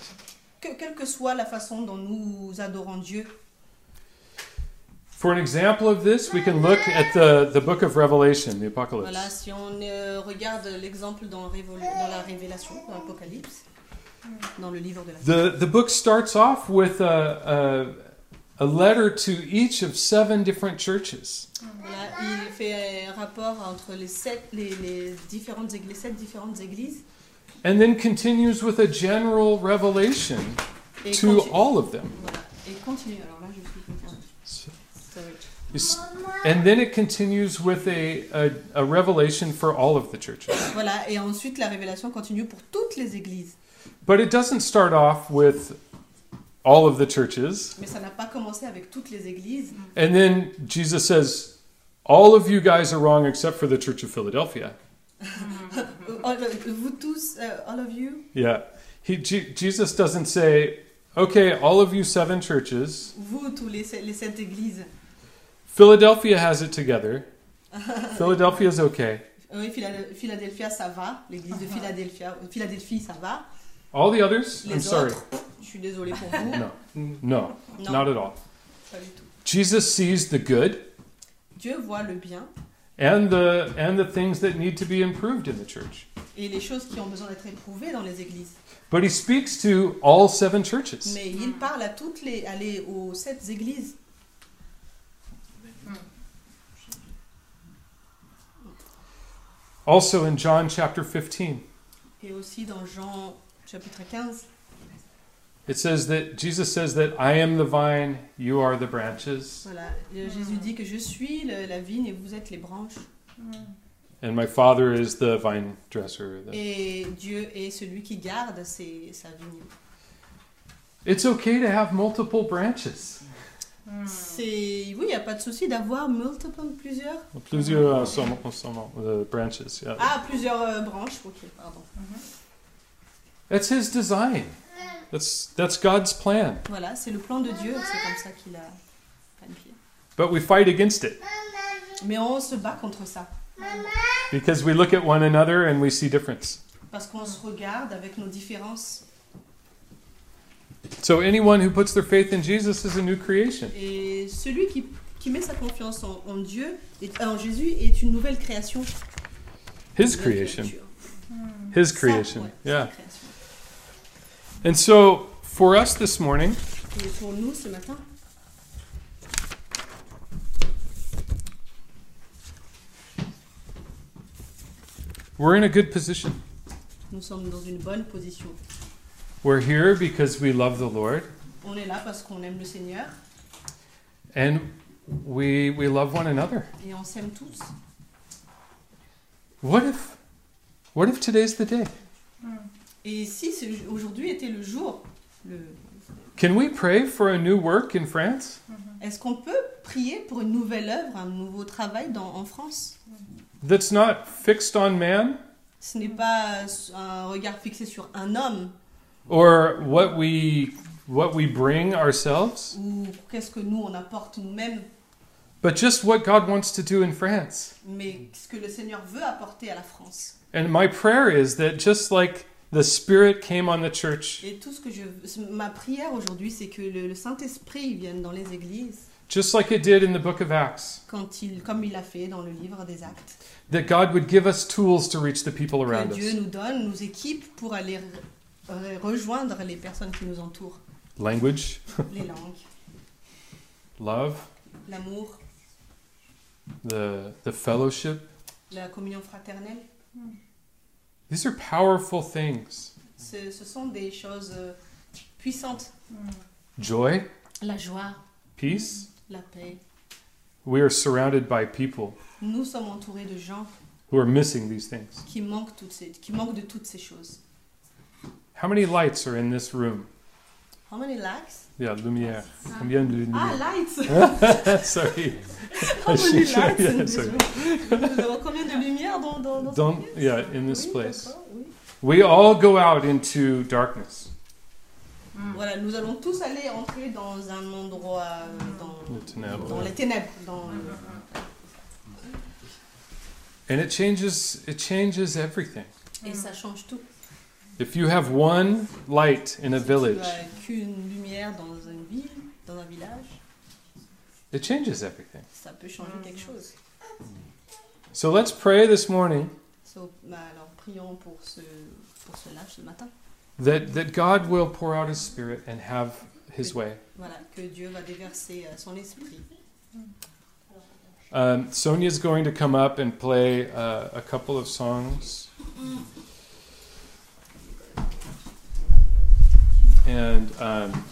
Speaker 2: Que, quelle que soit la façon dont nous adorons Dieu,
Speaker 1: For an example of this, we can look at the, the book of Revelation, the
Speaker 2: voilà,
Speaker 1: Apocalypse.
Speaker 2: si on euh, regarde l'exemple dans, Révol- dans la Révélation, dans l'Apocalypse, dans le livre de la
Speaker 1: The, the book starts off with a, a, a letter to each of seven different churches.
Speaker 2: Voilà, il fait un rapport entre les sept, les, les différentes églises, sept différentes églises.
Speaker 1: And then continues with a general revelation
Speaker 2: Et
Speaker 1: to
Speaker 2: continue-
Speaker 1: all of them.
Speaker 2: voilà, et continue. Alors là, je suis quelqu'un. Sorry.
Speaker 1: It's- And then it continues with a, a, a revelation for all of the churches.
Speaker 2: Voilà, et ensuite la révélation continue pour toutes les églises.
Speaker 1: But it doesn't start off with all of the churches.
Speaker 2: Mais ça n'a pas commencé avec toutes les églises.
Speaker 1: And then Jesus says, All of you guys are wrong except for the Church of Philadelphia.
Speaker 2: Euh, All- vous tous, euh, all of you,
Speaker 1: Yeah. He, Je- Jesus doesn't say, Okay, all of you seven churches,
Speaker 2: vous tous les, se- les sept églises,
Speaker 1: Philadelphia has it together. Philadelphia's okay.
Speaker 2: Euh, oui, Phila- Philadelphia ça va, l'église de Philadelphia, euh, Philadelphie ça va,
Speaker 1: All the others,
Speaker 2: les
Speaker 1: I'm
Speaker 2: autres,
Speaker 1: sorry.
Speaker 2: je suis désolée pour vous,
Speaker 1: No, no,
Speaker 2: Non.
Speaker 1: not at all.
Speaker 2: pas du tout.
Speaker 1: Jesus sees the good
Speaker 2: Dieu voit le bien
Speaker 1: and the and the things that need to be improved in the church.
Speaker 2: et les choses qui ont besoin d'être éprouvées dans les églises.
Speaker 1: But he speaks to all seven churches.
Speaker 2: Mais il parle à toutes les, à les- aux sept églises.
Speaker 1: Also in John chapter 15,
Speaker 2: Et aussi dans Jean chapitre 15,
Speaker 1: it says that Jesus says that I am the vine, you are the branches,
Speaker 2: voilà, euh, Jésus dit que je suis le- la vigne et vous êtes les branches.
Speaker 1: and my Father is the vine dresser.
Speaker 2: Ah. Et Dieu est celui qui garde ses- sa vigne.
Speaker 1: It's okay to have multiple branches.
Speaker 2: Ah. C'est, oui, il n'y a pas de souci d'avoir multiple, plusieurs.
Speaker 1: Plusieurs uh, some, some, uh, branches. Yeah.
Speaker 2: Ah, plusieurs euh, branches, ok, pardon.
Speaker 1: That's his design. That's that's God's plan.
Speaker 2: Voilà, c'est le plan de Dieu, c'est comme ça qu'il a planifié.
Speaker 1: But we fight against it
Speaker 2: Mais on se bat contre ça,
Speaker 1: because we look at one another and we see difference.
Speaker 2: parce qu'on se regarde avec nos différences.
Speaker 1: So anyone who puts their faith in Jesus is a new creation.
Speaker 2: Et celui qui, qui met sa confiance en, en Dieu, est- euh, en Jésus, est une nouvelle création.
Speaker 1: His
Speaker 2: Nouvelle
Speaker 1: creation.
Speaker 2: créature.
Speaker 1: His
Speaker 2: Sa-
Speaker 1: creation.
Speaker 2: ouais, sa
Speaker 1: Yeah.
Speaker 2: création.
Speaker 1: And so for us this morning,
Speaker 2: Et pour nous, ce matin,
Speaker 1: we're in a good position.
Speaker 2: nous sommes dans une bonne position.
Speaker 1: We're here because we love the Lord
Speaker 2: On est là parce qu'on aime le Seigneur
Speaker 1: and we we love one another.
Speaker 2: et on s'aime tous.
Speaker 1: What if what if today's the day?
Speaker 2: Et si ce- aujourd'hui était le jour, le...
Speaker 1: Can we pray for a new work in France?
Speaker 2: est-ce qu'on peut prier pour une nouvelle œuvre, un nouveau travail dans- en France
Speaker 1: That's not fixed on man,
Speaker 2: Ce n'est pas euh, un regard fixé sur un homme
Speaker 1: or what we what we bring ourselves,
Speaker 2: ou qu'est-ce que nous on apporte nous-mêmes,
Speaker 1: but just what God wants to do in France.
Speaker 2: mais ce que le Seigneur veut apporter à la France.
Speaker 1: And my prayer is that just like the Spirit came on the church,
Speaker 2: Et tout ce que je veux- ma prière aujourd'hui, c'est que le, le Saint-Esprit vienne dans les églises,
Speaker 1: just like it did in the book of Acts,
Speaker 2: quand il, comme il l'a fait dans le livre des Actes.
Speaker 1: that God would give us tools to reach the people
Speaker 2: Que
Speaker 1: around
Speaker 2: Dieu
Speaker 1: us.
Speaker 2: nous donne, nous équipe pour aller re- rejoindre les personnes qui nous entourent,
Speaker 1: Language,
Speaker 2: les langues,
Speaker 1: love,
Speaker 2: l'amour,
Speaker 1: the the fellowship.
Speaker 2: la communion fraternelle.
Speaker 1: These are powerful things.
Speaker 2: Ce, ce sont des choses euh, puissantes.
Speaker 3: Mmh.
Speaker 1: Joy,
Speaker 2: La joie,
Speaker 1: peace.
Speaker 2: la paix.
Speaker 1: We are surrounded by people
Speaker 2: Nous sommes entourés de gens
Speaker 1: who are missing these things.
Speaker 2: qui manquent, toutes ces, qui manquent de toutes ces choses.
Speaker 1: How many lights are in this room?
Speaker 2: How many likes?
Speaker 1: Yeah, lumière.
Speaker 3: Mmh.
Speaker 1: Combien de
Speaker 2: Ah,
Speaker 1: lumière? Hein? Ah,
Speaker 2: lights!
Speaker 1: Sorry.
Speaker 2: How many
Speaker 1: Sure,
Speaker 2: lights
Speaker 1: yeah,
Speaker 2: in this
Speaker 1: sorry.
Speaker 2: room? Nous avons combien de lumière dans, dans, dans
Speaker 1: Dans-
Speaker 2: cette pièce
Speaker 1: yeah, in this
Speaker 2: Oui,
Speaker 1: place.
Speaker 2: d'accord, oui.
Speaker 1: We all go out into darkness,
Speaker 2: Voilà, nous allons tous aller entrer dans un endroit, euh, dans,
Speaker 1: the ténèbres.
Speaker 2: dans les ténèbres. Dans,
Speaker 1: and it changes. It changes everything.
Speaker 2: Et ça change tout.
Speaker 1: If you have one light in a
Speaker 2: Si tu
Speaker 1: village,
Speaker 2: as qu'une lumière dans une ville, dans un village,
Speaker 1: it changes everything.
Speaker 2: ça peut changer quelque chose.
Speaker 1: So let's pray this morning
Speaker 2: So, bah, alors prions pour, ce, pour cela ce matin.
Speaker 1: that that God will pour out His Spirit and have His way.
Speaker 2: Voilà, que Dieu va déverser euh, son esprit.
Speaker 1: Um, Sonia's going to come up and play uh, a couple of songs. And um,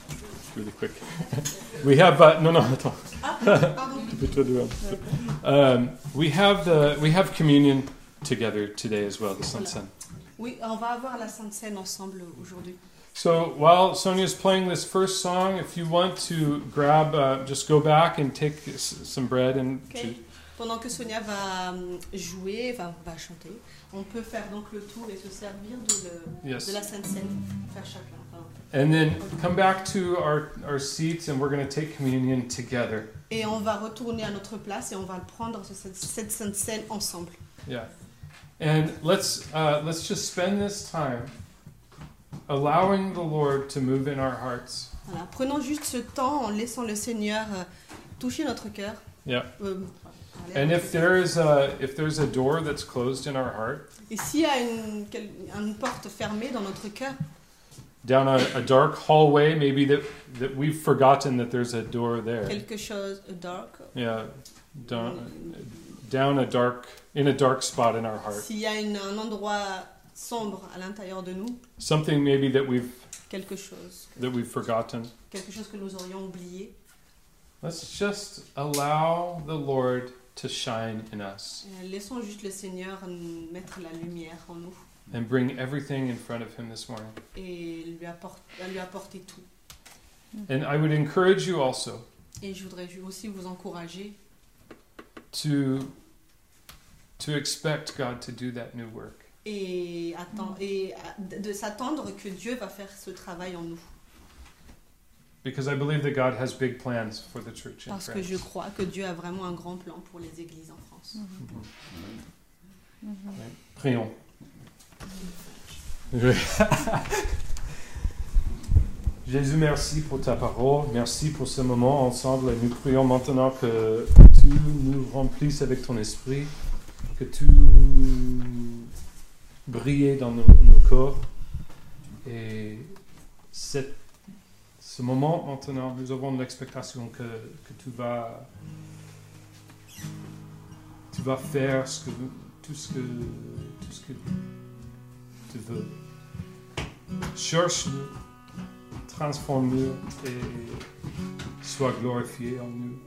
Speaker 1: really quick, we have uh, no, no, attends.
Speaker 2: Ah, Pardon.
Speaker 1: Um, we have the we have communion together today as well. The Sun Sun.
Speaker 2: Oui, on va avoir la Sainte Seine ensemble aujourd'hui.
Speaker 1: So while Sonia's playing this first song, if you want to grab, uh, just go back and take s- some bread and
Speaker 2: Ok. Pendant que Sonia va euh, jouer, va, va chanter, on peut faire donc le tour et se servir de, le-
Speaker 1: yes,
Speaker 2: de la Sainte Seine, faire chacun. hein. enfin.
Speaker 1: and then come back to our our seats, and we're going to take communion together.
Speaker 2: Et on va retourner à notre place et on va prendre ce- cette, cette Sainte Seine ensemble.
Speaker 1: Yeah, and let's uh, let's just spend this time allowing the Lord to move in our hearts.
Speaker 2: Voilà. Prenons juste ce temps en laissant le Seigneur euh, toucher notre cœur.
Speaker 1: Yeah.
Speaker 2: Euh, parler.
Speaker 1: And if there is a if there's a door that's closed in our heart,
Speaker 2: Et s'il y a une, quel- une porte fermée dans notre cœur,
Speaker 1: down a, a dark hallway, maybe that that we've forgotten that there's a door there.
Speaker 2: quelque chose a dark,
Speaker 1: Yeah, down down a dark in a dark spot in our heart.
Speaker 2: s'il y a une- un endroit sombre à l'intérieur de nous,
Speaker 1: Something maybe that we've
Speaker 2: quelque chose,
Speaker 1: that we've forgotten.
Speaker 2: quelque chose que nous aurions oublié,
Speaker 1: Let's just allow the Lord to shine in us
Speaker 2: euh, laissons juste le Seigneur nous mettre la lumière en nous
Speaker 1: and bring everything in front of Him this morning.
Speaker 2: et lui, apporte- lui apporter tout.
Speaker 1: And I would encourage you also
Speaker 2: Et je voudrais ju- aussi vous encourager
Speaker 1: to to expect God to do that new work.
Speaker 2: et, atten- et à- de de s'attendre que Dieu va faire ce travail en nous.
Speaker 1: Because I believe that God has big plans for the church in
Speaker 2: Parce que
Speaker 1: France.
Speaker 2: je crois que Dieu a vraiment un grand plan pour les églises en France.
Speaker 3: Mmh.
Speaker 1: Mm-hmm. Prions. Jésus, merci pour ta parole. Merci pour ce moment ensemble. Nous prions maintenant que tu nous remplisses avec ton esprit, que tu brilles dans nos, nos corps. Et cette- ce moment maintenant, nous avons l'expectation que, que tu vas tu vas faire ce que tout ce que tout ce que tu veux. Cherche-nous, transforme-nous et sois glorifié en nous.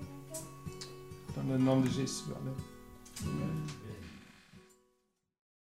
Speaker 1: Dans le nom de Jésus, Amen.